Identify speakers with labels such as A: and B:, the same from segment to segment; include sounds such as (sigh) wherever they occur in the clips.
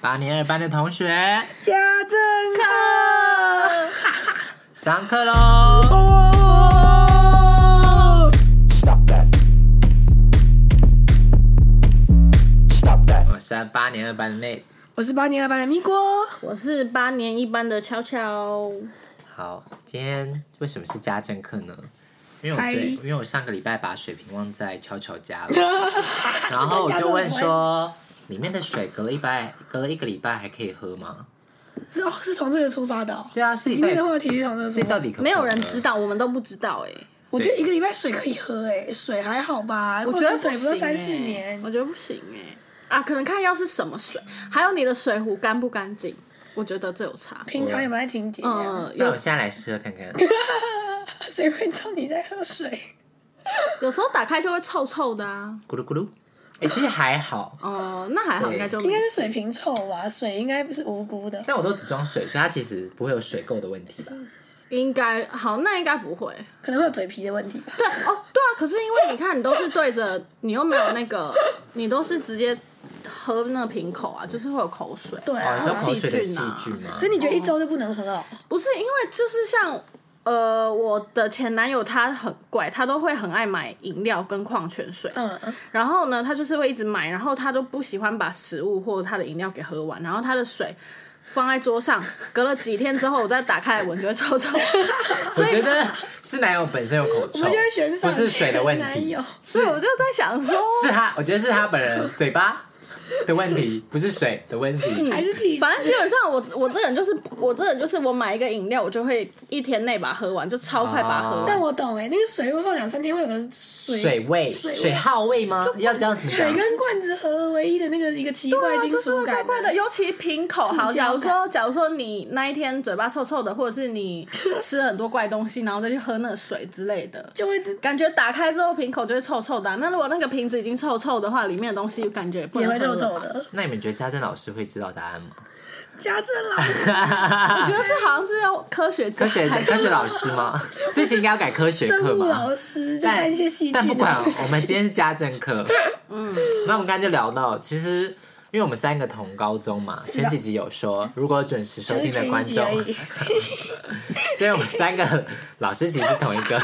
A: 八年二班的同学，
B: 家政课。 (laughs)
A: 上课喽！
B: 哦
C: Stop that. Stop that.
A: 我是八年二班的内。
B: 我是八年二班的咪果，
D: 我是八年一班的悄悄，
A: 好，今天为什么是家政课呢？因为我最，
B: 嗨
A: 因为我上个礼拜把水瓶忘在巧巧家
D: (laughs)
A: 了，然后我就问说，里面的水隔了一百，隔了一个礼拜还可以喝吗？
B: 是哦，是从这个出发的、哦。
A: 对啊，所以
B: 今
A: 到
B: 天的
A: 底，
B: 话题是从这个
A: 所
B: 出
A: 以
B: 发
A: 到。底可不可以
D: 没有人
A: 喝
D: 知，道，我们都不知道哎、
B: 我觉得一个礼拜水可以喝、哎，水还好吧？
D: 我觉得
B: 矿
D: 不
B: 泉水不
D: 行、
B: 是
D: 欸，
B: 三四年
D: 我，觉得不行哎、啊，可能看要是什么水，还有你的水壶干不干净，我觉得这有差。
B: 平常有没有在清洁、啊？
D: 嗯，
A: 那
D: 有
A: 我现在来试喝看看。
B: (laughs) 谁、会知道你在喝水？
D: 有时候打开就会臭臭的啊。
A: 咕噜咕噜，哎、其实还好，
D: 哦、那还好，
A: 对
D: 应该就
B: 应
D: 没
B: 该是
D: 事。
B: 水瓶臭吧？水应该不是无辜的。
A: 但我都只装水，所以它其实不会有水垢的问题吧？
D: 应该好，那应该不会。
B: 可能会有嘴皮的问题吧。
D: 对哦，对啊，可是因为你看，你都是对着，你又没有那个，你都是直接喝那个瓶口啊，就是会有口水。
B: 对
A: 哦，
B: 啊
A: 你，说口水的
D: 细
A: 细
D: 菌啊
A: 菌吗？
B: 所以你觉得一周就不能喝哦？
D: 不是因为就是像呃，我的前男友他很怪，他都会很爱买饮料跟矿泉水，
B: 嗯，
D: 然后呢，他就是会一直买，然后他都不喜欢把食物或他的饮料给喝完，然后他的水。放在桌上，隔了几天之后，我再打开来闻，就会臭臭。
A: 我
D: 所
A: 觉
D: 以，
A: 得是男友本身有口臭
B: 我们就会选，上
A: 不是水的问
B: 男
A: 题
B: 友，
D: 所以我就在想说，
A: 是他，我觉得是他本人嘴巴的问题，不是水的问题。
B: 嗯还是体质
D: 反正基本上我我这人就是我这人就是我买一个饮料，我就会一天内把它喝完，就超快把它喝
B: 但
D: 完。
B: 我懂哎、那个水会放两三天，会有个水
A: 水味、
B: 水
A: 水耗味吗？要这样评价
B: 水跟罐子合为一的那个一个奇怪
D: 对啊，
B: 金
D: 就是
B: 属
D: 会
B: 感、
D: 怪怪的，尤其瓶口。
B: 塑胶
D: 好，假如
B: 感
D: 说，假如说你那一天嘴巴臭臭的，或者是你吃了很多怪东西，然后再去喝那个水之类的，
B: 就会自
D: 感觉打开之后瓶口就会臭臭的啊、那如果那个瓶子已经臭臭的话，里面的东西感觉也不
B: 也
D: 能
B: 会臭
D: 喝了
B: 臭
D: 吧。
B: 的。
A: 那你们觉得家政老师会知道答案吗？
B: 家政老师， (laughs)
D: 我觉得这好像是要科学家
A: 科学
D: 才知
A: 科学
D: 道
A: 老师吗？所以其实应该要改科学课
B: 生物
A: 嘛。
B: 老师，就看
A: 但
B: 一些细菌。
A: 但不管，哦我们今天是家政
B: (laughs)
A: 课。嗯，那我们刚才就聊到，其实因为我们三个同高中嘛，前几集有说，如果准时收
B: 就是
A: 听的
B: 前
A: 观
B: 一集
A: 众
B: 而，已。
A: (laughs) 所以我们三个老师其实是同一个。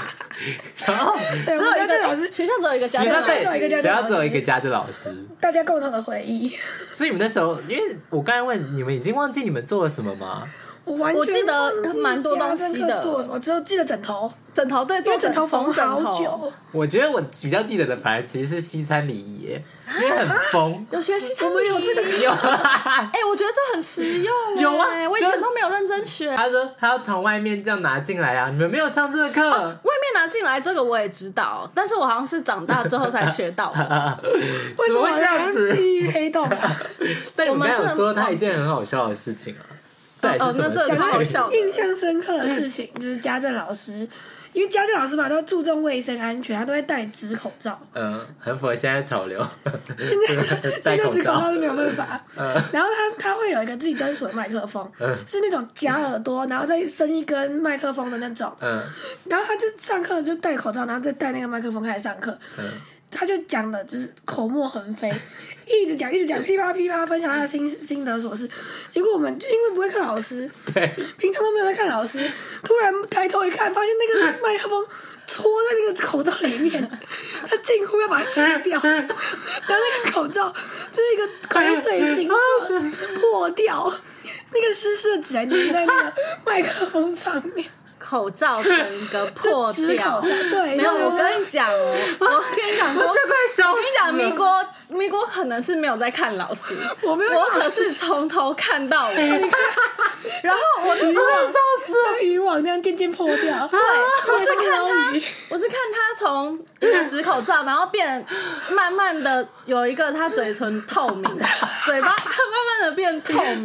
A: 然后
B: 对，我们
D: 只
B: 家
D: 有一
B: 政
D: 个
B: 老师，
D: 学校只有一个家
A: (laughs) 学
D: 政
A: 校
D: 老师
B: 只有一个家
A: 对，学
B: 政
A: 校只有
B: 老
A: 一
B: 师
A: 个家政老师，
B: 大家共同的回忆。
A: 所以你们那时候，因为我刚才问你们已经忘记你们做了什么吗？
B: 我完全
D: 我记得
B: 忘记
D: 蛮多东西的
B: 家政课做什么，只有记得枕头，
D: 枕头对，
B: 因为
D: 做
B: 枕头缝
D: 缝枕
B: 好
D: 头。。
B: 久。
A: 我觉得我比较记得的反而其实是西餐礼仪耶，因为很疯
D: 有学习才
B: 我们有这个
A: 有，
D: 哎、我觉得这很实用、
A: 有啊
D: 哎我以
A: 就
D: 前都没有认真学。
A: 他说他要从外面这样拿进来啊，你们没有上这个
D: (laughs)
A: 课。
D: 外面拿进来这个我也知道，但是我好像是长大之后才学
A: (laughs)
D: 到。
B: 为
A: 怎
B: 什
A: 么
B: 么
A: 会这样
B: 好像
A: 子？
B: 记忆黑洞啊？
A: 但你们刚才有说
D: 我们真的
A: 他一件很好笑的事情啊，对，是
D: 哦
A: 什么
D: 那这个太好
A: 事
D: 笑
A: 情？
D: 了
B: 印象深刻的事情就是家政老师，因为家政老师嘛，都注重卫生安全，他都会带纸口罩。
A: 嗯，很符合现在潮流。
B: 现在
A: (laughs) 戴
B: 现在
A: 口
B: 纸口
A: 罩嗯
B: 罩是没有办法。然后他他会有一个自己专属的麦克风，是那种夹耳朵，然后再伸一根麦克风的那种。
A: 嗯
B: 然后他就上课就戴口罩，然后再戴那个麦克风开始上课。
A: 嗯，
B: 他就讲的就是口沫横飞， (laughs) 一直讲一直讲，噼啪噼啪分享他的心心得琐事。结果我们就因为不会看老师，
A: 对，
B: 平常都没有在看老师，突然抬头一看，发现那个麦克风戳在那个口罩里面，他近乎要把它吃掉，然后那个口罩就是一个口水形状破掉，那个湿湿的纸还粘在那个麦克风上面，
D: 口罩整个破
B: 纸
D: 掉 (laughs)
B: 口罩，对，
D: 没有，
B: 然后
D: 我跟你讲哦， (laughs) 我跟你讲，我
A: 这快笑
D: 我跟你讲，
A: 死了
D: 咪锅咪锅可能是没有在看老师，
B: 我没有
D: 我可是从头看到尾， (laughs) 然后我那时候
B: 笑
D: (laughs)
B: 死，像渔网那样渐渐破掉，对，
D: 我是看
B: 捞鱼
D: 他，我是看他从一个纸口罩，然后变慢慢的有一个他嘴唇透明， (laughs) 嘴巴他慢慢的变透明，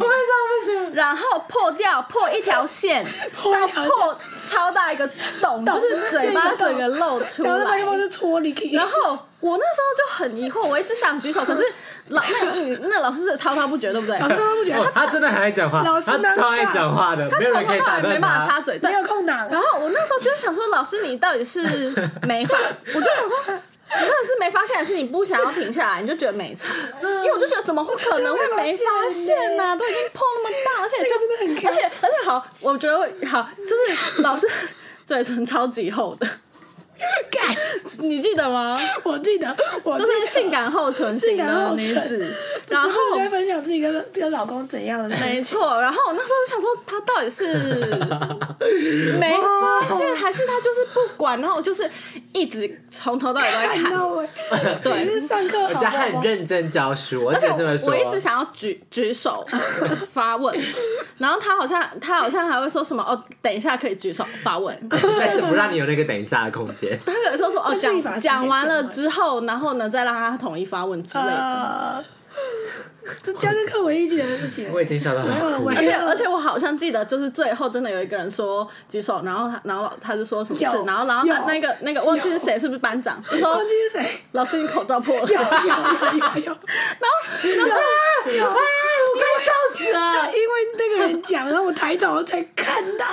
D: 然后破掉破一条线，
B: 破一条线
D: 破超大一个洞，
B: (laughs) 洞
D: 就是嘴巴整个露出
B: 然后那麦
D: 来
B: 克。风就戳你，
D: 然后我那时候就很疑惑，我一直想举手，可是老那嗯那老师是滔滔不绝，对
A: (laughs)
D: 不对？
B: 老师都不觉
A: 哦
B: 得
A: 他真的很爱讲话，
B: 老师
A: 他
B: 当
A: 超爱
B: 下
A: 讲话的，
D: 他
A: 没有
D: 从
A: 人
D: 头
A: 可以
D: 到
A: 打
D: 尾
A: 断
D: 没办法
A: 他
D: 插。嘴，
B: 他
D: 对
B: 没有，空档 (laughs)
D: 然，后我那时候就想说，老师你到底是没法，我就想说，真的是没发现，还是你不想要停下来，你就觉得没差？因为我就觉得怎么会可能会没发现呢、都已经碰那么大，而且就而且而且好，我觉得我好就是老师嘴唇超级厚的，你记得吗？
B: 我记得，我记
D: 就
B: 得
D: 是性感后唇型
B: 性感
D: 的
B: 后
D: 女
B: 唇
D: 子，
B: 然
D: 然后
B: 后就会分享自己跟跟老公怎样的事
D: 没错，然后我那时候就想说，他到
A: (laughs)
D: 底是没发现，还是他就是不管，然后我就是一直从头到尾都在
B: (laughs) 看
D: 看。
B: 到哎，
D: 对
B: 你是上课
A: 我
B: 好
A: 觉得他很
B: 好？
A: 认真教书，我
D: 而且
A: 只能这么
D: 我
A: 说。
D: 我一直想要举举手发问，然后他好像他好像还会说什么哦，等一下可以举手发问。
A: 但是不让你有那个等一下的空间。
D: 他有时候说哦
B: 那自己把自
D: 讲
B: 己
D: 讲完了之后，然后呢再让他统一发问之类的。
B: 啊，这将是课文一记得的事情。
A: 我已经笑到很哭
B: 我
A: 了
D: 而且而且我好像记得，就是最后真的有一个人说举手，然后他然后他就说什么事
B: 有，
D: 然后然后他
B: 有
D: 那个那个忘记是谁，是不是班长，
B: (laughs)
D: 就说
B: 忘记是谁？
D: 老师你口罩破了，
B: 有有
D: 然后
B: 有有
D: 啊
B: 有有。
D: 我快笑死了！
B: 因为那个人讲，然后我抬头才看到，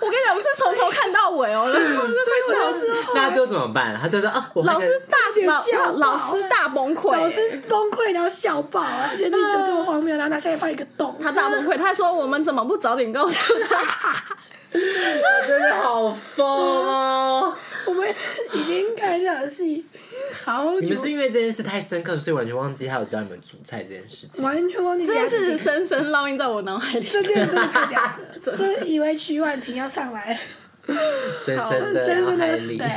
D: 我跟你讲，我是从头看到尾哦，然后我就被笑死了。
A: 那就怎么办？他就说啊，我
D: 老师大
B: 且笑爆
D: 老老师大崩溃，
B: 老师崩溃，然后笑爆啊，觉得自己怎么这么荒谬，然后拿下来放一个洞。
D: 他大崩溃，他还说我们怎么不早点告诉他？
A: 真的好疯哦！
B: 我们已经看这场戏好
A: 你
B: 久
A: 们，是因为这件事太深刻，所以完全忘记还有教你们煮菜这件事情。
B: 完全忘记
D: 这件事深深烙印在我脑海里。
B: 这件事真的太屌了，真以为徐婉婷要上来，
A: 深
B: 好
A: 深的
B: 深
A: 脑
B: 深
A: 海
B: 的
A: 里，
B: 对，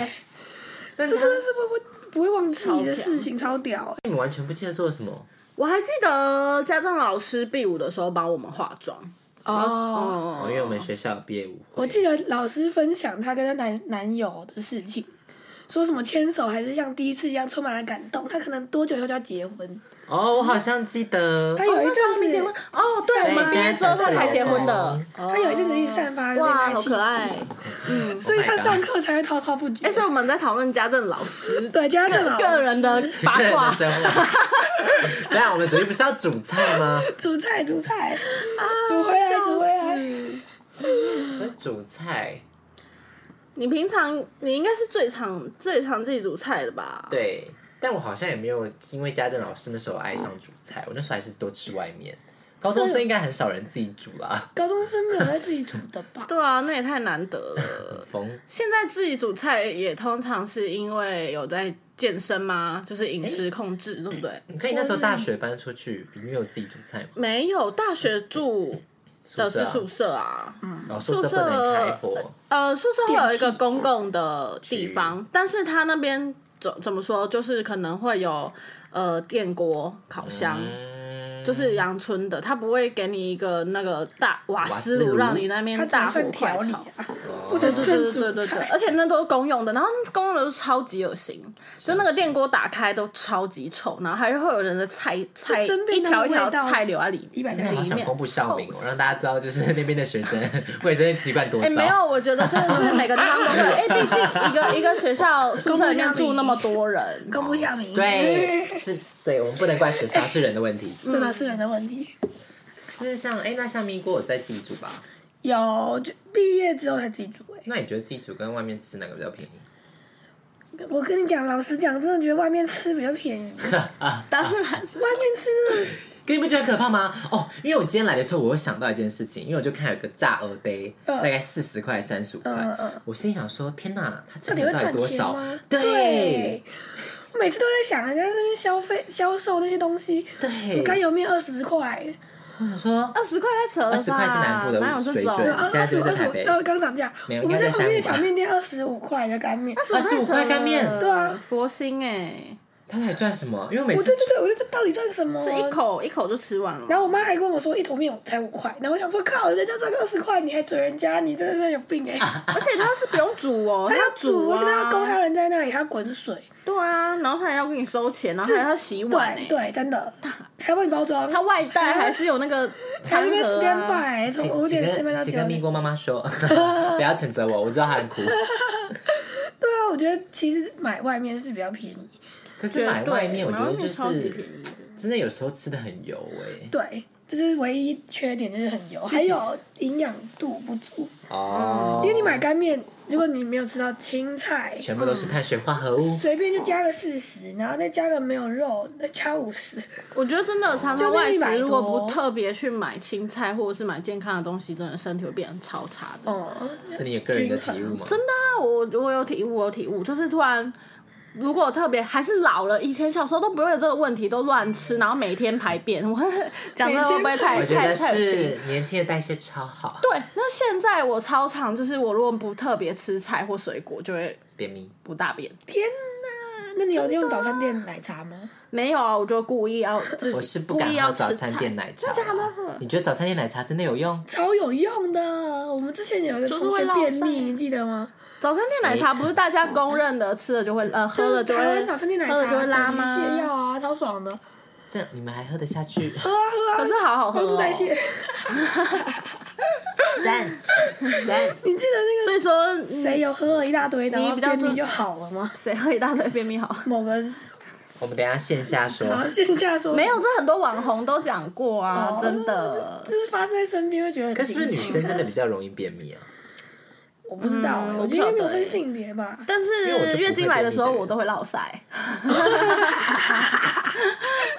A: 但
B: 这
A: 是
B: 真
A: 他
B: 的是不不不会忘记自己的事情，超屌欸！
A: 你们完全不记得做了什么。
D: 我还记得家政老师 B 五的时候帮我们化妆
B: 哦，
A: 哦，
D: 哦
A: 因为我们学校有毕业舞
B: 我
A: 会，
B: 记得老师分享她跟她男男友的事情。说什么牵手还是像第一次一样充满了感动，她可能多久以后就要结婚？
A: 哦，我好像记得
B: 她，有一
D: 那时候
B: 阵
D: 还
B: 子
D: 没结婚哦，对，我们毕业之后他才结婚的，
B: 他有一阵子一直散发恋
D: 哇，
B: 爱
D: 好
B: 气
D: 可爱
B: 息，！
A: 所
B: 所以他上课才会滔滔不绝。
D: 哎，所以我们在讨论家政老师
B: 对，加上老师
D: (laughs) 个人的八
A: (laughs)
D: 卦，
A: 生活。对啊，我们主题不是要煮菜吗？
B: 煮菜煮菜，
D: 啊
B: 煮回来煮回来。
A: 煮菜，
D: 你平常你应该是最常最常自己煮菜的吧？
A: 对。但我好像也没有因为家政老师那时候爱上煮菜，我那时候还是都吃外面。高中生应该很少人自己煮啦，
B: 高中生没有在自己煮的吧？
D: 对啊，那也太难得了。 (laughs)
A: 疯。
D: 现在自己煮菜也通常是因为有在健身吗？就是饮食控制，对不对？
A: 你可以那时候大学搬出去，你有自己煮菜吗？
D: 没有，大学住的
A: 宿舍
D: 是
A: 啊，
D: 宿舍啊。
A: 哦，宿舍不能开火，
D: 呃，宿舍会有一个公共的地方，但是它那边怎怎么说，就是可能会有呃电锅、烤箱。
A: 嗯，
D: 呃就是阳春的，它不会给你一个那个大瓦斯
A: 瓦斯炉
D: 炉让你那
B: 他
D: 边
B: 只
D: 大
B: 能
D: 火
B: 算
D: 快
B: 调理
D: 炒。
B: 啊，不能
D: 对
B: 算
D: 对对
B: 煮
D: 对对，
B: 菜。
D: 而且那都是公用的，然后那公用的都超级恶心，就那个电锅打开都超级臭，然后还会有人的菜菜
B: 就真
D: 一
B: 变那个
D: 条一条
B: 味道
D: 菜留在里
B: 一百
D: 面。
A: 真的好想公布校名
D: 里
A: 哦，
D: 面
A: 让大家知道就是那边的学生卫生习惯多
D: 哎、
A: 糟。
D: 没有，我觉得真的是每个地
A: (laughs)
D: 方都会，哎、毕竟一个一个学校宿舍里面住那么
B: (laughs)
D: 多人，
B: 公布下名， (laughs)
A: 对，是，对我们不能怪学校，是人的问题。
B: 真的是人的问题。
A: 是像哎，那像咪锅我再自己煮吧。
B: 有就毕业之后才自己煮哎。
A: 那你觉得自己煮跟外面吃哪个比较便宜？
B: 我跟你讲，老实讲，真的觉得外面吃比较便宜，外
D: 当然是。
B: 面吃真的
A: 可你不觉得很可怕吗？哦，因为我今天来的时候，我又想到一件事情，因为我就看有个炸鹅杯，
B: 嗯
A: 大概四十块、三十五
B: 嗯
A: 块
B: 嗯，
A: 我心想说：天哪，它
B: 到
A: 成
B: 底
A: 本 (laughs)
B: 会
A: 到底
B: 赚
A: 多
B: 钱
A: 少
B: 吗？？
A: 对，，
B: 我每次都在想，人家在那边消费、销售那些东西，
A: 对
B: 什么甘油面二十块，
A: 我想说
D: 二十块太扯了吧？
A: 20块是南部的
D: 哪有这
A: 水
D: 种？
A: 准
B: 二
A: 现在
B: 二
A: 是
B: 十
A: 不是
B: 五、二
A: 在
B: 十
A: 台
B: 五
A: 北，
B: 呃，刚涨价
A: 没有。
B: 我们
A: 应该在
B: 旁边的
A: 35吧
B: 小面店二十五块的干面，
A: 二十五块干面
B: 对啊
D: 佛心哎、
A: 他到底赚什么？因为我每
B: 我
A: 次
B: 对对对，我觉得这到底赚什么？
D: 是一。口一口就吃完了。
B: 然后我妈还跟我说，一桶面才五块，然后我想说，靠，人家赚个二十块，你还嘴人家，你真的是有病哎、
A: 啊
B: 欸！
D: 而且它是不用煮哦，
B: 他要煮，
D: 煮
B: 而
D: 啊，
B: 且他要供，还有人在那里，还要滚水，
D: 对啊，然后他还要给你收钱，然后还要洗碗
A: 欸
B: 对
D: 呢。
B: 对，真的，还要帮你包装，
D: 他外带还是有
B: (laughs)
D: 那个餐
B: 才那边
D: 盒
B: stand
D: 啊，
B: by，从
A: 请
B: 五
A: 请
B: 点 stand by
A: 跟
B: 到
A: 请
B: 九
A: 跟咪
B: 点。
A: 锅妈妈
B: (laughs)
A: 说，不要谴责我，我知道她很苦。
B: 对啊，我觉得其实买外面是比较便宜，
A: 可是
D: 绝
A: 买
D: 对
A: 外面，我觉得就
D: 买外面超级便
A: 是
D: 宜
A: 真的有时候吃的很油哎、
B: 对，这是唯一缺点，就是很油，还有营养度不足。
A: 哦，
B: 因为你买干面，如果你没有吃到青菜，
A: 全部都是碳水化合物，
B: 随便就加个四十，然后再加个没有肉，再加五十，
D: 我觉得真的常常外
B: 就变
D: 食，
B: 100
D: 如果
B: 多
D: 不特别去买青菜或者是买健康的东西，真的身体会变得超差的。
B: 哦，
A: 是你个人的体悟吗？
D: 真的啊，我我有体悟，我有体悟，就是突然。如果特别还是老了，以前小时候都不会有这个问题，都乱吃，然后每天排便。我 (laughs) 讲这个会不会太
A: 我觉
D: 太
A: 得
D: 太有心
A: 是年轻的代谢超好，
D: 对，那现在我超常就是我如果不特别吃菜或水果，就会
A: 便秘。
D: 不大便。
B: 天哪！那你有
D: 啊
B: 用早餐店奶茶吗？
D: 没有啊，我就故意要自己，
A: 我是不
D: 故
A: 敢
D: 意要
A: 喝
D: 吃
A: 早
D: 菜。
A: 餐店奶茶，
D: 真的假的
A: 你觉得早餐店奶茶真的有用？
B: 超有用的！我们之前有一个
D: 就是
B: 同
D: 会
B: 学
D: 落
B: 便秘，
D: 腮
B: 你记得吗？
D: 早餐店奶茶不是大家公认的，吃了就会呃，喝了
B: 就
D: 就是
B: 台湾
D: 会
B: 早餐店奶茶
D: 喝了就会拉吗
B: 等于泻药啊，超爽的，
A: 这样你们还喝得下
D: (laughs)
A: 去？
B: 喝啊喝啊，
D: 可是好好喝
B: 帮助
D: 哦。
B: 代谢。
A: 赞赞！
B: (laughs) 你记得那
D: 所
B: 个
D: 以说你
B: 谁有喝了一大堆，然后
D: 比较
B: 便秘
D: 注
B: 就好了吗？
D: 谁喝一大堆便秘好？ (laughs)
B: 某个
A: 哦我们等一下线下说。
B: 然后线下说
D: 没有，，这很多网红都讲过啊
B: 哦，
D: 真的。
B: 就是发生在身边会觉得很
A: 可是不是女
B: 惊奇
A: 生真的比较容易便秘啊？
B: 我不知道欸，
D: 嗯
B: 我觉得应该没有
D: 我不晓得
B: 分
D: 欸
B: 性别吧。
D: 但
A: 为我就是不
D: 月经来的时候，
A: 会便秘的人
D: 我都会落腮， (laughs)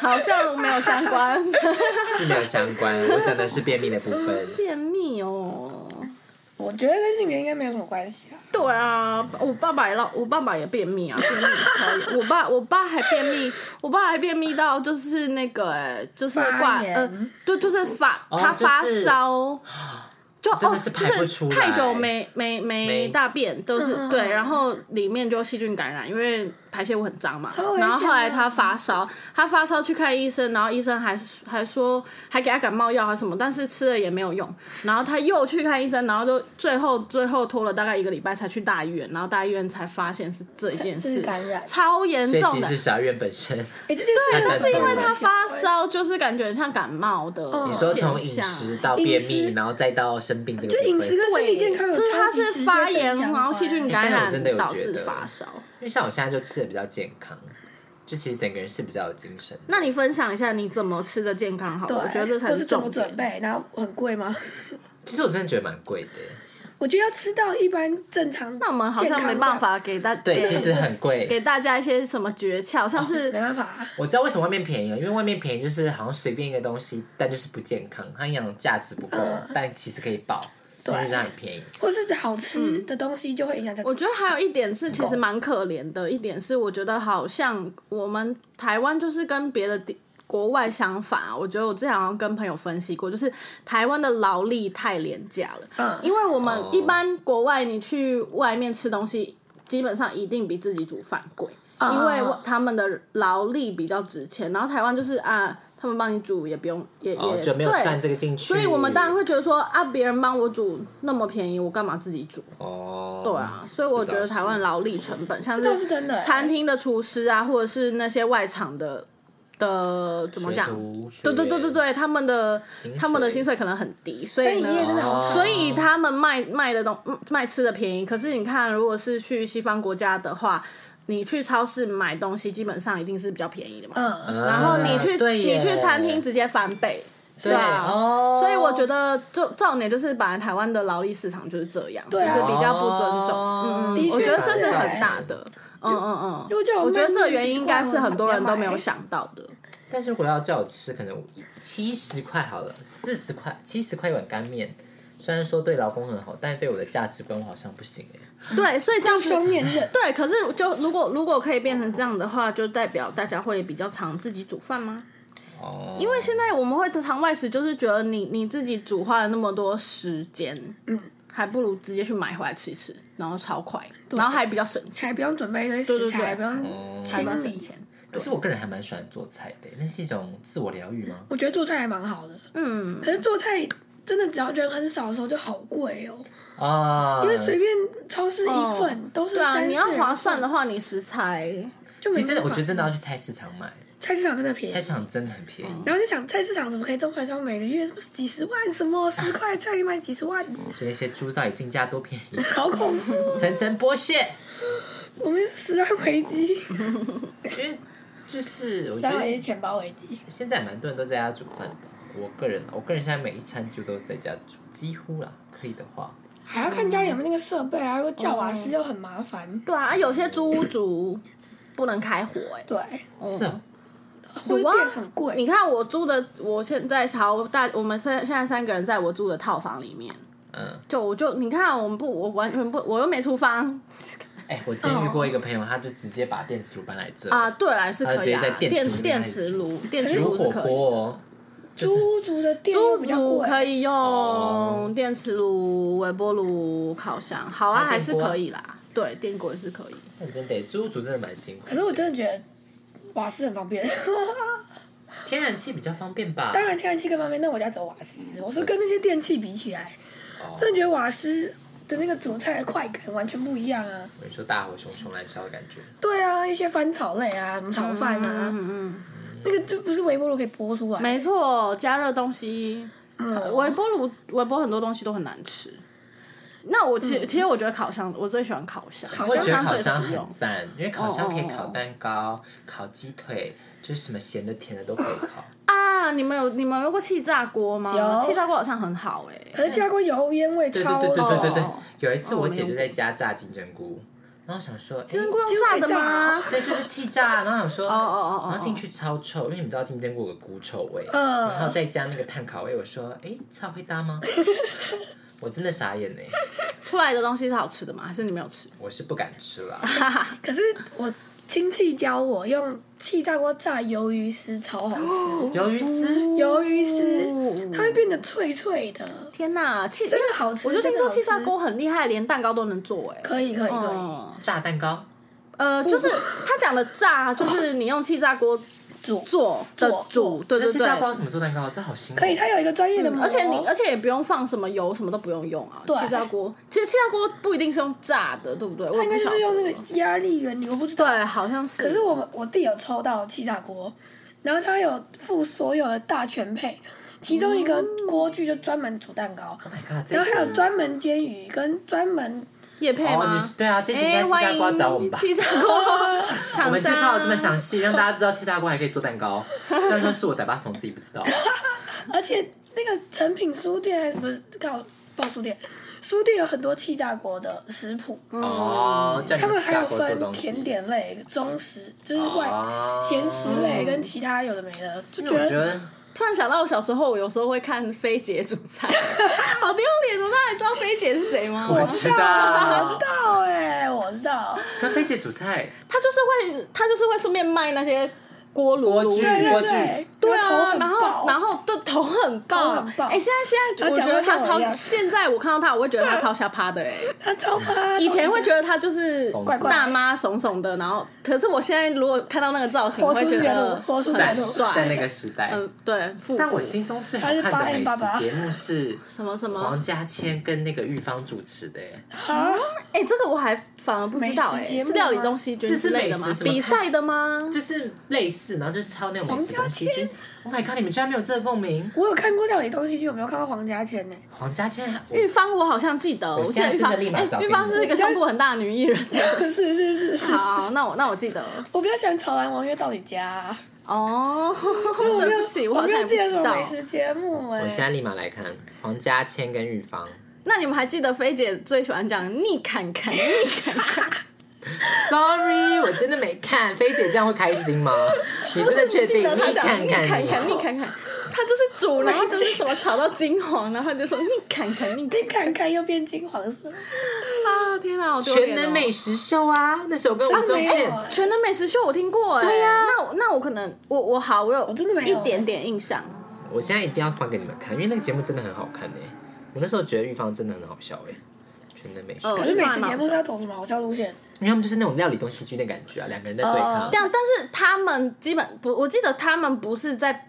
D: 好像没有相
B: (laughs)
D: 关
A: 是没有相关，我讲的是便秘的部分。
D: 便秘哦。
B: 我觉得跟性别应该没有什么关系啊。
D: 对啊，我爸爸也老，我爸爸也便秘啊，便秘超严我爸我爸还便秘，我爸还便秘到就是那个、欸，就是
B: 发
D: 挂
B: 炎
D: 呃，对，就是发、
A: 哦
D: 他发
A: 就是
D: 烧。就
A: 真哦
D: 哦，
A: 的是排不出来
D: 就是太久没没没
A: 没
D: 大便，都是
B: 嗯嗯
D: 对，然后里面就细菌感染，因为排泄物很脏嘛
B: 超危。险
D: 然后后来
B: 的
D: 他发烧，他发烧去看医生，然后医生还还说还给他感冒药还是什么，但是吃了也没有用。然后他又去看医生，然后就最后最后拖了大概一个礼拜才去大医院，然后大医院才发现是这一件
B: 这是
D: 事
B: 感染，
D: 超 (laughs) 严
A: 所以
D: 重
A: 其
D: 的
A: 实是。小院本身，
D: 啊
B: 哎，这件事
A: 对
B: 情
A: 就是因为
D: 他发，烧就是感觉很像感冒的现象，
B: 你
A: 你说哦从饮食到便秘，然后再到生病这个
B: 就
A: 部
B: 饮食
A: 分。
B: 跟身体健康有
D: 就是它
B: 超级直
D: 是
B: 接
D: 发
B: 正
D: 炎，
B: 相
D: 然后
B: 关
D: 细菌感
A: 但我真的
D: 染
A: 有
D: 导
A: 觉
D: 致
A: 得
D: 发烧。
A: 因为像我现在就吃的比较健康，就其实整个人是比较有精神。
D: 那你分享一下你怎么吃的健康好
B: 对，
D: 了？我觉得这才
B: 或是怎么
D: 重
B: 准
D: 点。
B: 备，然后很贵吗？
A: 其实我真的觉得蛮贵的，
B: 我觉得要吃到一般正常，
D: 那我们好像没办，法给大
A: 对，
D: 给
A: 其实很贵。
D: 给大家一些什么诀窍，像是
B: 没办法，啊
A: 我知道为什么外面便宜了，因为外面便宜就是好像随便一个东西，但就是不健康，它营养价值不够，
D: 嗯
A: 但其实可以饱，所以就是很便宜。
B: 或是好吃的东西就会影响到。
D: 嗯我觉得还有一点是，其实蛮可怜的一点是，我觉得好像我们台湾就是跟别的地国外相反啊。我觉得我之前好像跟朋友分析过，就是台湾的劳力太廉价了，
B: 嗯
D: 因为我们
A: 哦
D: 一般国外你去外面吃东西，基本上一定比自己煮饭贵，
B: 嗯
D: 因为他们的劳力比较值钱。然后台湾就是啊，他们帮你煮也不用，也
A: 哦，
D: 也
A: 就没有
D: 对
A: 算这个进去。
D: 所以我们当然会觉得说啊，别人帮我煮那么便宜，我干嘛自己煮？
A: 哦，
D: 对啊，所以我觉得台湾劳力成本，像
B: 这倒是真的欸
D: 餐厅的厨师啊，或者是那些外场的的怎么讲
A: 学徒？学
D: 对对对对对，他们的
A: 薪
D: 他们的
A: 水
D: 薪水可能很低，所
B: 餐
D: 以
B: 饮
D: 呢，
B: 业真的好
A: 哦
B: 惨，
D: 所以他们卖卖的东嗯卖吃的便宜，可是你看，如果是去西方国家的话，你去超市买东西基本上一定是比较便宜的嘛。
B: 嗯，
A: 啊
D: 然后你去、
A: 对耶
D: 你去餐厅直接翻倍，
A: 对
D: 啊，
A: 哦
D: 所以我觉得就重点就是，本来台湾的劳力市场就是这样，
B: 对啊
D: 就是比较不尊重。
A: 哦
D: 嗯
B: 的
D: 嗯，我
B: 确
D: 觉得这
B: 是
D: 是
B: 欸
D: 很大的。嗯嗯
B: 如果叫
D: 嗯，
B: 我
D: 我觉得
B: 卖
D: 这个
B: 面
D: 原因应该是很多人都没有想到的。
A: 但是如果要叫我吃，可能七十块好了，四十块，七十块一碗干面。虽然说对劳工很好，但是对我的价值观我好像不行哎、
D: 对，所以这样子
B: 双面刃，
D: 对，可是就如果如果可以变成这样的话，就代表大家会比较常自己煮饭吗？
A: 哦，
D: 因为现在我们会常外食，就是觉得你你自己煮花了那么多时间，嗯，还不如直接去买回来吃一吃，然后超快，然后还比较省钱，
B: 才不用准备一堆
D: 对
B: 食
D: 对
B: 材，
D: 对
B: 不用
A: 嗯
D: 还比较
B: 清
D: 省
B: 理。
D: 钱。
A: 可是我个人还蛮喜欢做菜的、那是一种自我疗愈吗？
B: 我觉得做菜还蛮好的，
D: 嗯，
B: 可是做菜真的只要人很少的时候就好贵哦，
A: 啊，
B: 因为随便超市一份嗯
D: 哦
B: 都是
D: 对啊，
B: 三
D: 你要划算
B: 的，
D: 的话，你食材
B: 就
A: 其
B: 没
A: 实真的，我觉得真
B: 的
A: 的要去菜市场买，
B: 菜市场真的便
A: 菜
B: 宜
A: 市。场真的很便宜。
B: 然后就想菜市场怎么可以这么夸张？每个月是不是几十万？什么十
A: 啊
B: 块菜可以卖几十万？
A: 所以那些猪到底进价多便宜，
B: 好恐怖！
A: 层层剥削。
B: 我们是食安危机，
A: 嗯因为就是我
B: 食
A: 觉
B: 安危机
A: 得
B: 钱包危机。
A: 现在蛮多人都在家煮饭的，我个人，我个人现在每一餐几乎都是在家煮，几乎啦，可以的话，
B: 还要看家里有没有那个设备啊，如果叫瓦
D: 嗯
B: 斯就很麻烦。
D: 对啊，有些租屋族不能开火哎、
B: 对，
A: 是哦
B: 会
D: 有啊
B: 变很贵。
D: 你看我租的，我现在朝大我们现现在三个人在我住的套房里面，
A: 嗯，
D: 就我就你看我们不，我完全不，我又没厨房
A: 哎、我之前遇过一个朋友，他就直接把电磁炉搬来这，
D: 啊，对啦是可以
A: 啊直接
D: 啊
A: 在，电
D: 电
A: 磁炉里面
D: 电磁炉电磁
A: 煮
D: 炉是
A: 火
D: 可以，
A: 锅哦，就是
B: 租族的电
D: 租
B: 又比较
D: 炉
B: 贵，
D: 可以
A: 哦
D: 用电磁炉、微波炉、烤箱，好
A: 还
D: 啊，
A: 有
D: 还
A: 电
D: 是
A: 锅啊
D: 可以啦，对，电锅也是可以。
A: 但真得租屋主真的蛮辛苦的。
B: 可是我真的觉得瓦斯很方便。 (laughs)
A: 天然气比较方便吧？
B: 当然天然气更方便，但我家只有瓦斯。我说跟那些电器比起来，
A: 哦，
B: 真的觉得瓦斯的那个煮菜的快感完全不一样啊。
A: 你说大火熊熊燃烧的感觉，
B: 对啊，一些翻炒类啊，什么炒饭啊，
D: 嗯
B: 那个就不是微波炉可以播出
D: 嗯，
B: 来。
D: 没错，加热东西，
B: 嗯，
D: 微波炉微波很多东西都很难吃。那我其实、其实我觉得烤箱，我最喜欢烤箱，
B: 嗯烤
A: 我觉
B: 箱
A: 得
D: 相
A: 烤
D: 对
A: 箱
D: 实
A: 很
D: 用。
A: 赞，因为烤箱可以
D: 哦哦哦
A: 烤蛋糕、烤鸡腿，就是什么咸的、甜的都可以烤。
D: 啊，你们有你们有用过气炸锅吗？
B: 有
D: 气炸锅好像很好哎、
B: 可是其他锅油烟味
A: (laughs) 对
B: 超啊
A: 对对对对对对
D: 哦哦，
A: 有一次我姐
D: 哦
A: 就在家炸金针菇，然后我想说，
D: 金针菇
A: 哎
D: 用炸的吗？
A: 对，就是气炸，然后想说，
D: 哦哦哦哦
A: 然后进去超臭，因为你们知道金针菇有个菇臭味，
B: 嗯
A: 然后再加那个碳烤味，我说，哎，超会搭
D: (laughs)
A: 吗？我真的傻眼呢，
D: 出来的东西是好吃的吗？还是你没有吃？
A: 我是不敢吃
D: (laughs)
A: 了。
B: 可是我亲戚教我用气炸锅炸鱿鱼丝，超
A: (gasps)
B: 好吃。
A: 鱿鱼丝，
B: 鱿鱼丝它会变得脆脆的，
D: 天哪，气
B: 真的好吃
D: 我就听
B: 真的
D: 说
B: 好吃
D: 气炸锅很厉害，连蛋糕都能做哎、
B: 可以可以可以
D: 嗯，
A: 炸蛋糕，
D: 呃，就是 (laughs) 他讲的炸，就是你用气炸锅
B: 煮。
D: 做的
B: 做
D: 煮，对
A: 那
D: 对
A: 气
D: 对
A: 炸，包怎么做蛋糕？这好辛苦。
B: 可以，它有一个专业的模，
D: 嗯而且你而且也不用放什么油，什么都不用用啊。
B: 哦对
D: 气炸锅其实气炸锅不一定是用炸的，对不对？我
B: 它
D: 也
B: 应
D: 不
B: 该就是用那
D: 晓得
B: 个压力原理，我不知道。
D: 对，好像是。
B: 可是我们我弟有抽到气炸锅，然后他有附所有的大全配，其中一个
D: 嗯
B: 锅具就专门煮蛋糕，
A: Oh my god！这
B: 然后还
A: 一
B: 有
A: 集
B: 专门煎鱼跟专门
D: 叶配
A: 哦，
D: 吗
A: 你是？对啊，这期应该
D: 哎，
A: 气炸
D: 欢
A: 锅
D: 迎
A: 找我们吧。
D: 气炸
A: (laughs)
D: 锅
A: 我
D: 厂
A: 们介绍
D: 商
A: 的这么详细，让大家知道气炸锅还可以做蛋糕。虽然说是我打巴怂自己不知道，
B: 而且那个成品书店还是不是告报书店，书店有很多气炸锅的食谱，
D: 嗯
A: 哦，叫你
B: 他
A: 们
B: 们
A: 气
B: 还
A: 炸
B: 有
A: 锅做
B: 分
A: 东西。
B: 甜点类、中食，就是外
A: 哦
B: 咸食类跟其他有的没的，就
A: 因
B: 觉
A: 为我觉
B: 得
A: 得
D: 突然想到，我小时候我有时候会看菲姐煮
B: (laughs)
D: 菜，好丢脸！我那你知道菲姐是谁吗？
A: 我知道，
B: 我知道哎、我知道，
A: 跟菲姐煮菜，
D: 她就是会，她就是会顺便卖那些锅炉
A: 锅具
D: 炉
B: 对
A: 锅
B: 对
A: 具
B: 对，
D: 对
B: 头
D: 啊，
B: 很
D: 然后
B: 爆
D: 然后的头很
B: 头
D: 爆
B: 很，爆
D: 哎、现在现在
B: 然后
D: 我觉
B: 讲
D: 得
B: 话
D: 他
B: 像我
D: 超
B: 一样，
D: 现在我看到他，我会觉得他超下趴的哎、
B: 他超怕，
D: 以前会觉得他就是
A: 怪
B: 怪
D: 大妈怂怂的，然后可是我现在如果看到那个造型，我
B: 活
D: 会
B: 出
D: 觉
B: 血路
D: 得，
B: 活出
A: 在
B: 血路，
D: 帅
A: 在那个时代。
D: 嗯，对，复古
A: 但我心中最好看的美
B: 他是888
A: 食节目是
D: 什么什么
A: 黄，嘉千跟那个玉芳主持的，哎
B: 啊，
D: 哎、这个我还反而不知道哎、
B: 美食节目
D: 是料理东西
A: 这
D: 君
A: 是
D: 之类的吗
A: 美食？什么
D: 比赛的吗？
A: 就是类似，然后就是抄那种美食东西。
B: 黄嘉
A: 君，Oh my god！你们居然没有这个共鸣？
B: 我有看过料理东西剧，有没有看过黄家千呢、
A: 黄嘉千，我
D: 玉芳，我好像记得，
A: 我
D: 我记得
A: 现在
D: 玉
A: 真
D: 芳，
A: 的立马
D: 哎
A: 找给
D: 玉芳
A: 你
D: 是一个胸部很大的女艺人。
A: (laughs)
B: 是是是是，
D: 好，那我那我记得
B: 我比较喜欢《潮蓝王月到你家、
D: 哦。 (laughs) 对不起，
B: 我
D: 好
B: 没
D: 像
B: 有
D: 也不
B: 记得
D: 知
B: 什么
D: 道
B: 美。食节目哎、
A: 我现在立马来看黄嘉千跟玉芳。
D: 那你们还记得菲姐最喜欢讲逆砍砍逆砍砍？
A: Sorry，我真的没看。菲姐这样会开心
D: (laughs)
A: 吗？你真的确
D: 记
A: 定？
D: 得她
A: 你
D: 讲
A: 看
D: 逆
A: 看
D: 砍
A: 你，
D: 砍逆
A: (laughs)
D: 砍砍，她就是煮，然后就是什么炒到金黄，然后她就说逆砍
A: (laughs)
D: 砍逆
B: 你
D: 砍
B: 看看又变金黄色，
D: 啊！天哪，好丢
A: 全
D: 脸哦
A: 能美食秀啊！那首歌吴宗
B: 没有
A: 宪，
B: 哎、
D: 全能美食秀我听过哎、
A: 对呀
D: 那我那我可能我我好我有我
B: 真的没
D: 一
B: 有欸
D: 点点印象，
A: 我现在一定要放给你们看，因为那个节目真的很好看哎、我那时候觉得玉芳真的很好笑哎、全能美食，
D: 嗯
B: 可是美食节目是要走什么好笑路线？
A: 因为他们就是那种料理东西剧的感觉啊，两个人在对抗。
D: 但但是他们基本不，我记得他们不是在，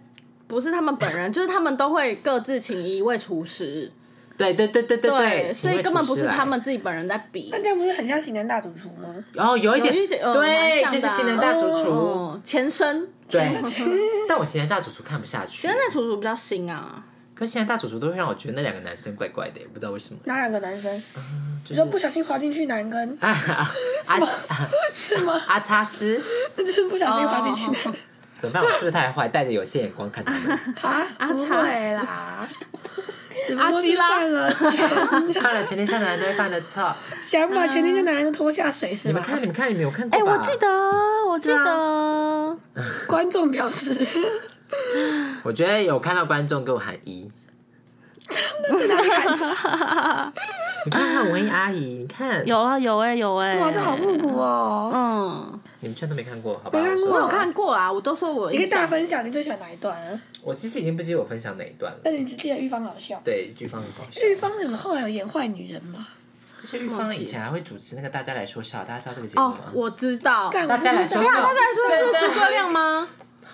D: 不是他们本人，就是他们都会各自请一位厨师，
A: 对对对对对对，
D: 所以根本不
A: 请一位厨
D: 是
A: 师来
D: 他们。自己本人在比
B: 那。这样不是很像型男大主厨吗？
A: 哦，有一点
D: 有一点呃蛮
A: 对，
D: 像的啊
A: 就是新人大主厨。
D: 哦，前身，
A: 对，但我新人大主厨看不下去
D: 前，身的厨厨比较新啊，
A: 可是新人大主厨都会让我觉得那两个男生怪怪的、不知道为什么。
B: (laughs) 哪两个男生？
A: 就
B: 你
A: 是，
B: 说不小心滑进去男根
A: 啊啊啊！
B: (laughs) 是吗？
A: 阿擦师，
B: 哦那就是不小心滑进去男根。
A: 怎么办？我是不是太坏，带着有色眼光看他们？ (laughs)
B: 啊，
D: 阿
B: 不
D: 查
B: 会啦，只不
D: 阿
B: 过
D: 基
B: 是
D: 拉
B: 犯了全，
A: 犯了全天下男人都会犯的错。
B: 想把全天下男人都拖下水是
A: 你们
B: 吧？
A: 看，你们看，你们有看
D: 哎、
A: 过吧？
D: 我记得，我记
A: 对啊
D: 得，
B: 观众表示，
A: 我觉得有看到观众给我喊一，
B: 在哪里看？
A: 你看看文艺阿姨，你看，
D: 有啊，有哎、有哎、
B: 哇，这好复古哦！
D: 嗯，
A: 你们全都没看过，好吧？
B: 没看过
A: 我
D: 我
A: 说
D: 有看过啊，我都说我
B: 你可以
D: 印
B: 大
D: 象
B: 分享你最喜欢哪一段啊？
A: 我其实已经不记得我分享哪一段了。
B: 但你只记得玉芳好笑。
A: 对，剧方很搞笑。
B: 玉芳有后来有演坏女人吗？
A: 而且玉芳以前还会主持那个《大家来说笑》，大家知道这个节目
D: 哦
A: 吗，？
D: 我知道。
B: 干，
A: 大家来说
D: 对啊，
A: 笑，
D: 大家说
A: 真
D: 是
A: 的
D: 诸葛亮吗？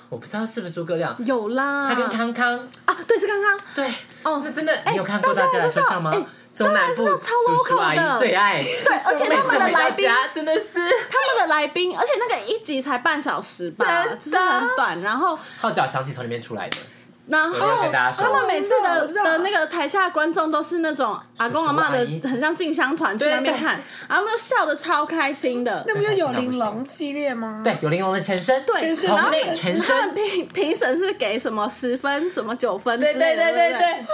A: 我不知道是不是诸葛亮，
D: 有啦，
A: 他跟康康，
D: 啊，对，是刚刚。
A: 对，
D: 哦
A: 那真的，
D: 哎
A: 你有看过《
D: 大
A: 大
D: 家
A: 家
D: 来
A: 来
D: 说
A: 说
D: 笑
A: 笑》吗
D: 哎？
A: 中
D: 大家
A: 南
D: 来
A: 部
D: 说笑超
A: 叔叔
D: local
A: 阿
D: 的
A: 姨最爱，对，
D: 而且
A: 每
D: 他
A: 次
D: 们的
A: 回到
D: 来宾，
A: 家真的是
D: 他们的来宾，而且那个一集才半小时吧，
A: 真的
D: 就是很短。然后，
A: 号角响起从里面出来的，
B: 嗯
D: 然后
A: 有没有跟大家说
D: 他们每次
B: 我
D: 的
B: 知道
D: 的那个台下观众都是那种阿公阿妈
A: 阿
D: 的
A: 姨，
D: 很像进香团去
A: 对
D: 那边
A: 对
D: 看，然后他们就笑的超开心的。
B: 那不就有玲珑系列吗？
A: 对，有玲珑的前身，
D: 对，
B: 全身
D: 然后
A: 同类全
D: 他们
A: 身，
D: 评评审是给什么十分、什么九分之
A: 对
D: 类
A: 对
D: 的，
A: 对
D: 对
A: 对
D: 不
A: 对。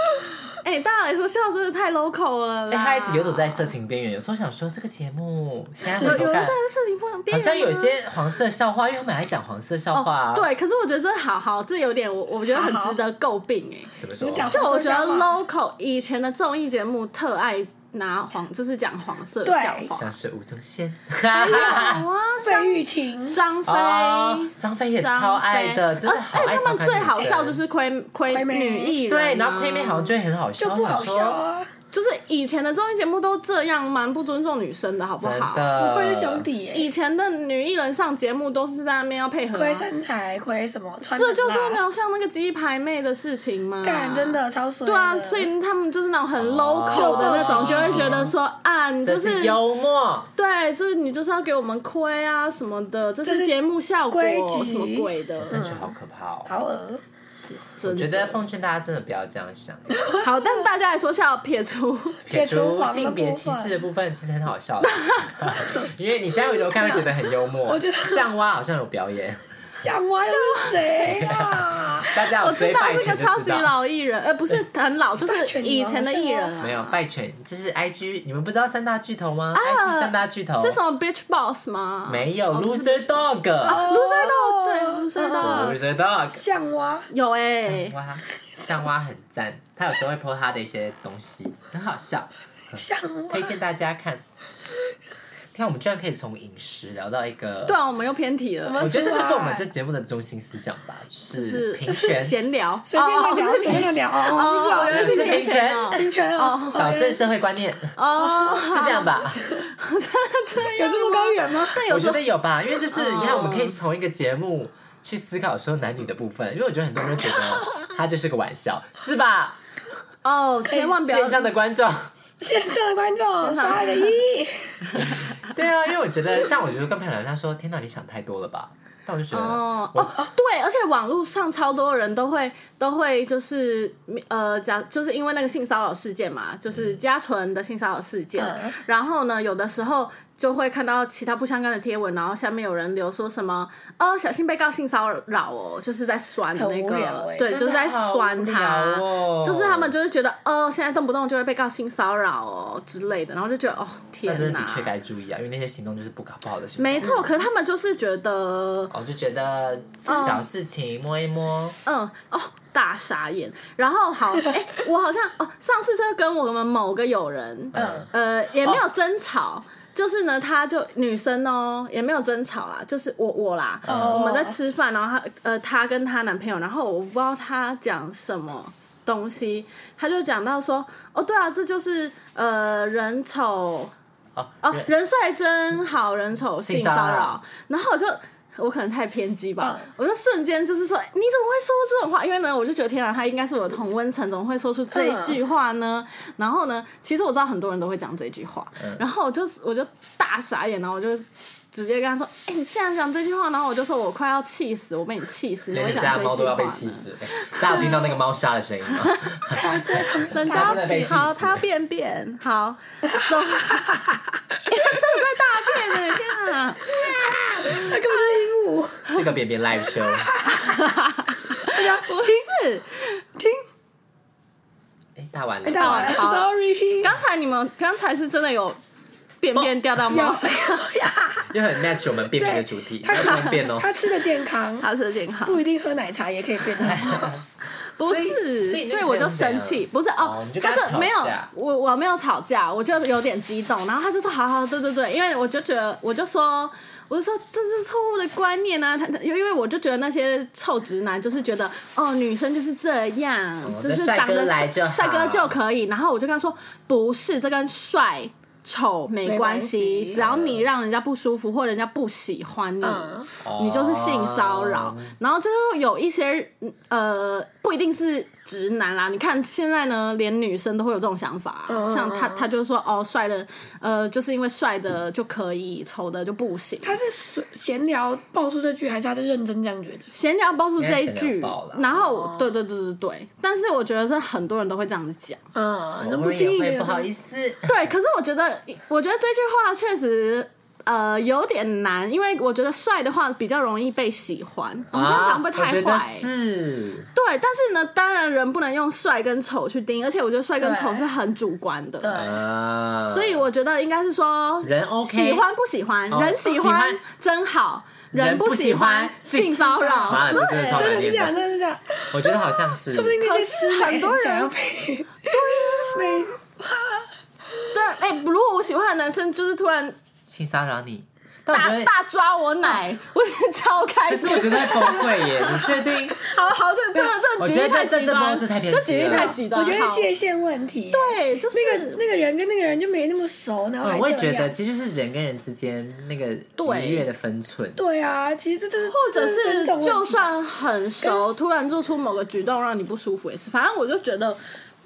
D: 哎、大家来说笑真的太 local 了啦。
A: 哎，他一直游走在色情边缘，有时候想说这个节目现在
D: 有
A: 回头
D: 有人
A: 看
D: 在，啊事情放边
A: 好
D: 缘
A: 像有
D: 吗
A: 些黄色笑话，因为他们还讲黄色笑话啊
D: 哦，，对，可是我觉得这好好，这有点我我觉得很值得诟病哎、
A: 怎么说
B: 你？讲
D: 就我觉得
B: 黄色笑
D: local 以前的综艺节目特爱拿黄，就是讲黄色
B: 对
D: 笑话，
A: 像是吴啊宗宪，
D: 有啊，
B: 费玉清，
D: (laughs) 张飞。
A: 哦，张飞也
D: 张
A: 超爱的，
D: 飞
A: 真的好
D: 而
A: 爱
D: 而
A: 看
D: 他们最好笑
A: 女生
D: 就是亏亏
B: 亏妹
D: 女艺人啊、
A: 对，然后亏妹好像就会很好笑，
B: 就不好笑啊！
D: 就是以前的综艺节目都这样，蛮不尊重女生的，好不
A: 想说，真
D: 好？
A: 的
B: 不愧是兄，弟
D: 以
B: 耶，
D: 前的女艺人上节目都是在那边要配合、
B: 亏
D: 啊，
B: 身材，亏什么？穿
D: 这就是
B: 很
D: 那
B: 辣
D: 种像那个鸡排妹的事情吗？
B: 干，真。的超水。
D: 对啊，所以他们就是那种很 local
B: 就
D: 的那
A: 哦
D: 种，就会觉得说啊，你就
A: 这
D: 是
A: 是幽默，
D: 对，这你就是要给我们亏啊什么的，这
B: 这是
D: 是节目效果
B: 规矩
D: 什么鬼的，嗯
A: 真的觉得好可怕哦。
B: 好恶，
A: 我
D: 真
A: 觉 (laughs)
D: 的
A: 得奉劝大家真的不要这样想，
D: 好。但大家来说笑，撇除
A: 撇
B: 撇除
A: 除
B: 黄的
A: 性别歧视的部分，其实很好笑的， (laughs) 因为你现在回头看会觉得很幽默。
B: 我觉得
A: 像蛙好像有表演，
B: 想歪了是谁啊？
A: 大家
D: 我
A: 有
D: 知
A: 追
D: 道
A: 拜
D: 是
A: 犬
D: 个
A: 就
D: 超级
A: 知道
D: 老艺人，呃，不是很老，就
B: 拜
D: 是
B: 犬
D: 以前的艺人啊。
A: 没有拜犬，就是 I G，你们不知道三大巨头吗、i G 三大巨头
D: 是什么哦 Bitch Boss 吗？
A: 哦没有 Loser Dog，Loser、
D: ，Loser Dog，对，Loser Dog
A: Loser Dog，
B: 像蛙，
D: 有哎
A: 像，蛙，像蛙很赞，他有时候会 po 他的一些东西，很好笑，
B: 像蛙
A: 推，荐大家
D: (laughs)
A: 看。看，我们居然可以从饮食聊到一个，
D: 对啊，我们又偏题了，
A: 我觉得这就是我们这节目的中心思想吧，就是
D: 啊是
A: 平
D: 是
A: 权，
D: 闲聊，
B: 随便乱
D: 哦
B: 聊，
D: 哦是
B: 随便乱聊哦，不是
D: 哦
B: 啊，
D: 原来是
A: 平权
D: 哦
B: 平权哦，
A: 导正社会观念，
D: 哦， (laughs)
A: 是这样吧？
D: 这样
B: 有这么高远吗？
D: 但
A: 我
D: 有时
A: 觉
D: 候
A: 得有吧，因为就是你看，
D: 嗯
A: 我们可以从一个节目去思考说男女的部分，因为我觉得很多人觉
D: (laughs)
A: 得它就是个玩笑，是吧？
D: 哦，千万不要
A: 线上的观众，
B: 线上的观众刷个一，
A: 对啊，因为我觉得像我觉得跟朋友聊，他说：“天哪，你想太多了吧？”但我就觉得，
D: 哦
A: 我
D: 哦，对，而且网络上超多人都会都会就是呃，假就是因为那个性骚扰事件嘛，就是嘉纯的性骚扰事件，
B: 嗯
D: 然后呢，有的时候就会看到其他不相干的贴文，然后下面有人留说什么哦，小心被告性骚扰哦，就是在酸的那
B: 很无
D: 个，
B: 聊欸
D: 对，
A: 真
D: 就
A: 的
D: 是在
A: 好
D: 哦酸他，
A: 无聊哦
D: 就是他们就会觉得哦，现在动不动就会被告性骚扰哦之类的，然后就觉得哦，
A: 那
D: 天
A: 真的
D: 哪
A: 的，确该注意啊，因为那些行动就是不搞不好的行动。
D: 没错，可是他们就是觉得。
A: 我就觉得小事情摸一摸，
D: 嗯哦，大傻眼。然后好，哎、我好像哦，上次这跟我们某个友人，
A: 嗯，
D: 呃，也没有争吵。就是呢，她就女生哦，也没有争吵啦，就是我我啦，
B: 哦
D: 我们在吃饭，然后她呃，她跟她男朋友，然后我不知道她讲什么东西，她就讲到说，哦，对啊，这就是呃人丑
A: 哦
D: 哦，
A: 人
D: 人帅真好，人丑性
A: 嗯
D: 骚
A: 性骚
D: 扰
A: 扰。
D: 然后我就，我可能太偏激吧，
B: 嗯
D: 我就瞬间就是说，你怎么会说出这种话？因为呢，我就觉得天啊，他应该是我的同温层，怎么会说出这一句话呢？然后呢，其实我知道很多人都会讲这句话，
A: 嗯
D: 然后我就我就大傻眼，然后我就。直接跟他说：“哎、你竟然讲这句话！”然后我就说：“我快要气死，我被你气死，你
A: 连
D: 会
A: 你
D: 讲
A: 家
D: 这
A: 的
D: 句话
A: 猫都要被
D: 呢
A: 气死。哎大家有听到那个猫砂的声音吗？
D: 人
A: 他
D: 家
A: 真的被气
D: 好，
A: 死
D: 他便便
A: (laughs)
D: 好， (laughs) 走，因为真的在大便呢，天啊！
A: (laughs)
B: 那根本就是鹦鹉。
A: 是个便便 live show，
B: 大家
D: 不
B: 听
D: 是，
B: 听，
A: 哎，大碗
B: 哎，
A: 了，
B: 大
A: 大
B: 碗
A: 碗
B: 了
A: 了，
D: 好
B: ，sorry，
D: 刚才你们刚才是真的有便便掉
B: 哦
D: 到猫身上，
A: 又很 match 我们便便的主题，
B: 对
A: 要
B: 他
A: 不能变哦。
B: 他吃的健康，
D: 他是健康，
B: 不一定喝奶茶也可以变好。
D: 不
A: 所
D: 是
A: 以，
D: 所以我就生气，不是
A: 哦
D: 哦
A: 你就，跟他
D: 他
A: 吵
D: 就
A: 架
D: 没有我我没有吵架，我就有点激动，然后他就说好好对对对，因为我就觉得我就说我就说这是错误的观念啊，他他因为我就觉得那些臭直男就是觉得哦女生就是这样，
A: 哦
D: 就是
A: 这帅
D: 长
A: 哥
D: 得
A: 来就好
D: 帅哥就可以，然后我就跟他说不是，这跟帅。丑没
B: 没
D: 关
B: 关
D: 系
B: 系，
D: 只要
A: 嗯
D: 你让人家不舒服或人家不喜欢你，
B: 嗯，
A: 哦
D: 你就是性骚扰。然后就是有一些呃，不一定是直男啦。你看现在呢，连女生都会有这种想法啊、
B: 嗯
D: 像他
B: 嗯嗯
D: 他就说哦，帅的呃，就是因为帅的就可以，丑的就不行。
B: 他是随闲聊爆出这句，还是他是认真这样觉得？
D: 闲聊爆出这
A: 应该
D: 一
A: 闲
D: 句
A: 聊爆了，哦
D: 然后我对对对对对，但是我觉得是很多人都会这样子讲。
B: 嗯，
A: 我
B: 不
A: 们
B: 经
A: 也
B: 意的
A: 会不好意思，
D: 对，可是我觉得，我觉得这句话确实。呃，有点难，因为我觉得帅的话比较容易被喜欢。我们这样讲会不会
A: 啊
D: 太坏、
A: 我觉得是，
D: 对，但是呢，当然人不能用帅跟丑去定义，而且我觉得帅跟丑是很主观的，
B: 对
A: 啊，
D: 所以我觉得应该是说
A: 人 OK
D: 喜欢不喜欢，
A: 哦
D: 人
A: 喜
D: 喜
A: 欢
D: 欢真好，
A: 人
D: 不
A: 不喜
D: 欢
A: 欢
D: 性骚扰。
A: 啊，这真的超
B: 真
A: 难
B: 的
A: 念
B: 是这样，
A: 的，
B: 真的是这样。
A: 我觉得好像是，
B: 说不定那
D: 可
B: 些
D: 是很多人
B: 想要被，对呀，
D: 对，哎、如果我喜欢的男生就是突然
A: 性骚扰你，但我
D: 大
A: 觉得，嗯
D: 大抓我奶，我觉得超开
A: 可
D: 心
A: 是。我觉得会崩溃耶，你确定？
D: (laughs) 好好的，这个这
A: 我
D: 个
A: 觉
D: 举
A: 得
D: 例太
A: 这这
D: 极
A: 这包
D: 端，
A: 这太偏
D: 这
A: 激
D: 举例
A: 了
D: 太极端。
B: 我觉得
D: 好
B: 是界限问题。
D: 对，就是
B: 那个那个人跟那个人就没那么熟，然后还
A: 哦我也
B: 这
A: 觉
B: 样
A: 得，其实就是人跟人之间那个
D: 对
A: 愉悦的分寸，
B: 对啊，其实这就是
D: 或者是就
B: 算
D: 算很熟，突然做出某个举动让你不舒服也是。反正我就觉得，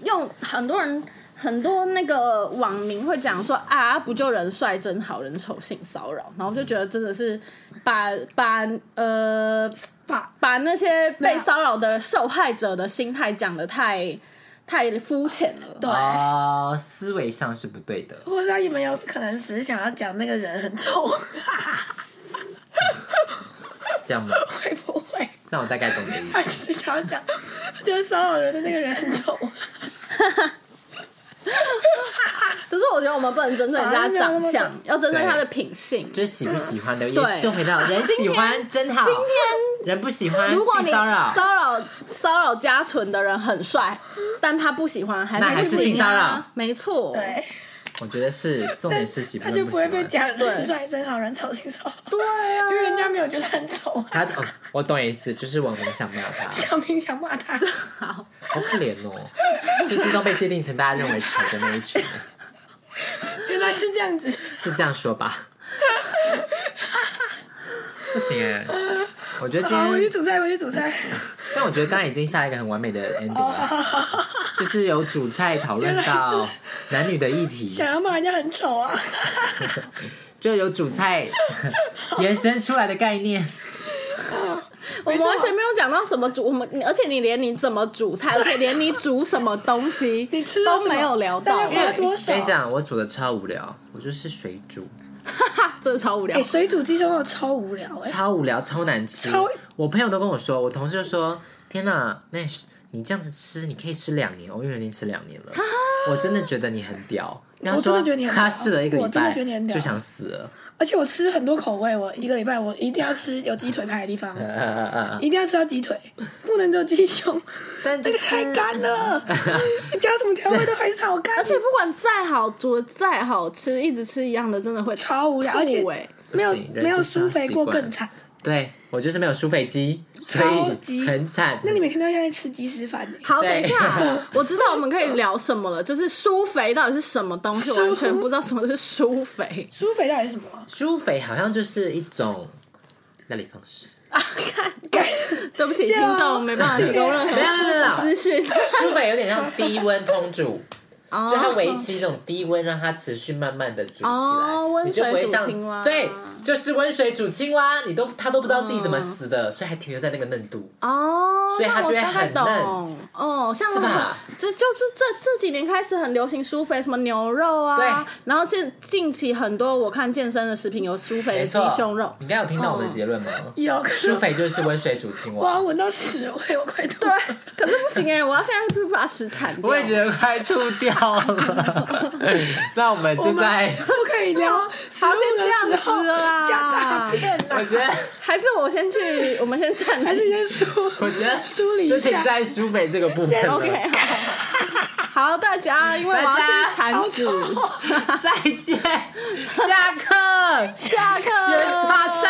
D: 用很多人很多那个网民会讲说啊，不就人帅真好，人丑性骚扰。然后我就觉得真的是把把呃
B: 吧，
D: 把那些
B: 没
D: 被
B: 有
D: 骚扰的受害者的心态讲的太太肤浅了。
B: 对，
A: 哦，思维上是不对的，
B: 或是他们有可能只是想要讲那个人很臭，
A: 是这样吗？
B: 会不会 (laughs)
A: 那我大概懂你的意思。
B: 他只是想要讲，就是骚扰人的那个人很臭？
D: 可是我觉得我们不能针对人
B: 啊
D: 家
B: 没有
D: 长
B: 那么
D: 相，要针对
A: 对
D: 他的品性。
A: 就是喜不喜欢的，也
D: 对
A: 就回到人喜欢真好，
D: 今天
A: 人不喜欢
D: 如果
A: 性
D: 你
A: 骚扰，
D: 骚扰骚扰家纯的人很帅，但他不喜欢，还
A: 那还
D: 是
A: 是
D: 不行
A: 性骚
D: 啊
A: 扰
D: 没错，
B: 对，
A: 我觉得是重点是喜
B: 他
A: 欢
B: 就
A: 跟
B: 不
A: 喜
B: 会被
A: 欢。
B: 讲
D: 对
B: 人帅真好，人丑心骚扰，
D: 对啊，
B: 因为人家没有觉得很丑， (laughs)
A: 他哦，我懂你意思，就是网红想骂他，
B: 小明想骂他，
D: 好，
A: 好可怜哦，就自动被界定成大家认为丑的那一群，
B: 原来是这样子，
A: 是这样说吧？不行哎，我觉得今
B: 好，我去
A: 天，
B: 煮菜，我去煮菜，
D: (laughs)
A: 但我觉得刚才已经下一个很完美的 ending 了，就是有主菜讨论到男女的议题，
B: 想要骂人家很丑啊，
A: 就有主菜 (laughs) 延伸出来的概念。
D: (laughs) 我们完全没有讲到什么煮，我们而且你连你怎么煮菜，而且连你煮什么东西
B: 你吃了
D: 都
B: 什么
D: 没有聊到，
B: 大
D: 因
B: 概花
D: 为
B: 多少
A: 跟你讲，我煮的超无聊，我就是水煮，
D: (laughs) 哈，真的超无聊
B: 哎，。水煮鸡胸肉超无聊哎，
A: 超无聊，超难吃
B: 超。
A: 我朋友都跟我说，我同事就说：“天哪，那是你这样子吃，你可以吃两年。”我因为已经吃两年了，我真的觉得你很屌。然后
B: 我真的
A: 说
B: 觉得你很屌
A: 他试了一个礼
B: 我真的
A: 拜
B: 觉得你很，屌
A: 就想死
B: (laughs)
A: 了。
B: 而且我吃很多口味，我一个礼拜我一定要吃有鸡腿排的地方，
A: 呃呃呃呃
B: 一定要吃到鸡腿，不能只有鸡
D: (laughs)
B: 胸，
A: 但
B: 这
A: 就
B: 个
A: 是
B: 太干了，加什么调味都还是好干，
D: 而且不管再好煮、再好吃，一直吃一样的，真的会
B: 超无聊，而且
D: 吐哎。
B: 没有
A: 不行人
B: 没有
A: 就是要
B: 苏肥过
A: 习惯
B: 更惨。
A: 对我就是没有输肥机，所
B: 超
A: 以
B: 级
A: 很惨。
B: 那你每天都要在吃鸡丝饭呢？欸
D: 好，
A: 对
D: 等一下，
A: (laughs)
D: 我知道我们可以聊什么了，就是舒肥到底是什么东西，我完全不知道什么是舒肥。
B: 苏肥到底是什么
D: (laughs)
B: 啊？
A: 舒肥好像就是一种那里放
D: (laughs)
A: 屎。
B: 干
D: 对不起，
B: 谢
D: 听
B: 哦
D: 众没办法提供
A: (laughs)
D: 任 (laughs)
A: 没有没有没有
D: 何资讯。
A: 舒肥有点像低温烹煮，
D: 哦
A: 就它维持一种低温，让它持续慢慢的煮起来，
D: 哦温
A: 你就不会
D: 水煮
A: 像
D: 青蛙
A: 对，就是温水煮青蛙，你都它都不知道自己怎么死的，所以还停留在那个嫩度。
D: 哦，
A: 所以它
D: 那
A: 就
D: 我
A: 会
D: 大概
A: 很嫩
D: 懂哦，像
A: 是
D: 那个
A: 吧
D: 这就是这这几年开始很流行苏菲，什么牛肉啊，
A: 对
D: 然后近近期很多我看健身的食品有苏菲
A: 没
D: 的鸡
A: 错，
D: 胸肉，哦
A: 你刚刚有听到我的结论吗？
B: 有，可是
A: 苏菲就是温水煮青
B: 我要
A: 蛙，
B: 闻到屎味，我快吐。
D: 对，可是不行哎、我要现在就把屎铲掉。
A: 我也觉得快吐掉了。 (laughs) 那我们
B: 我
A: 就
B: 们
A: 在，
B: 不可以聊食物
D: (laughs) 好先这样
B: 的时候
D: 子啦
B: 加大便啦，
A: 我觉得，
D: 还是我先去，我们先暂停。
B: 还是先梳
A: 我觉得
B: 梳理一
A: 就停
B: 下。
A: 在苏菲这个部分了。
D: OK，好， (laughs) 好，大家，因为我要
A: 大家
D: 去铲屎，
A: (laughs) 再见，下课，
D: 下课，
A: 原叉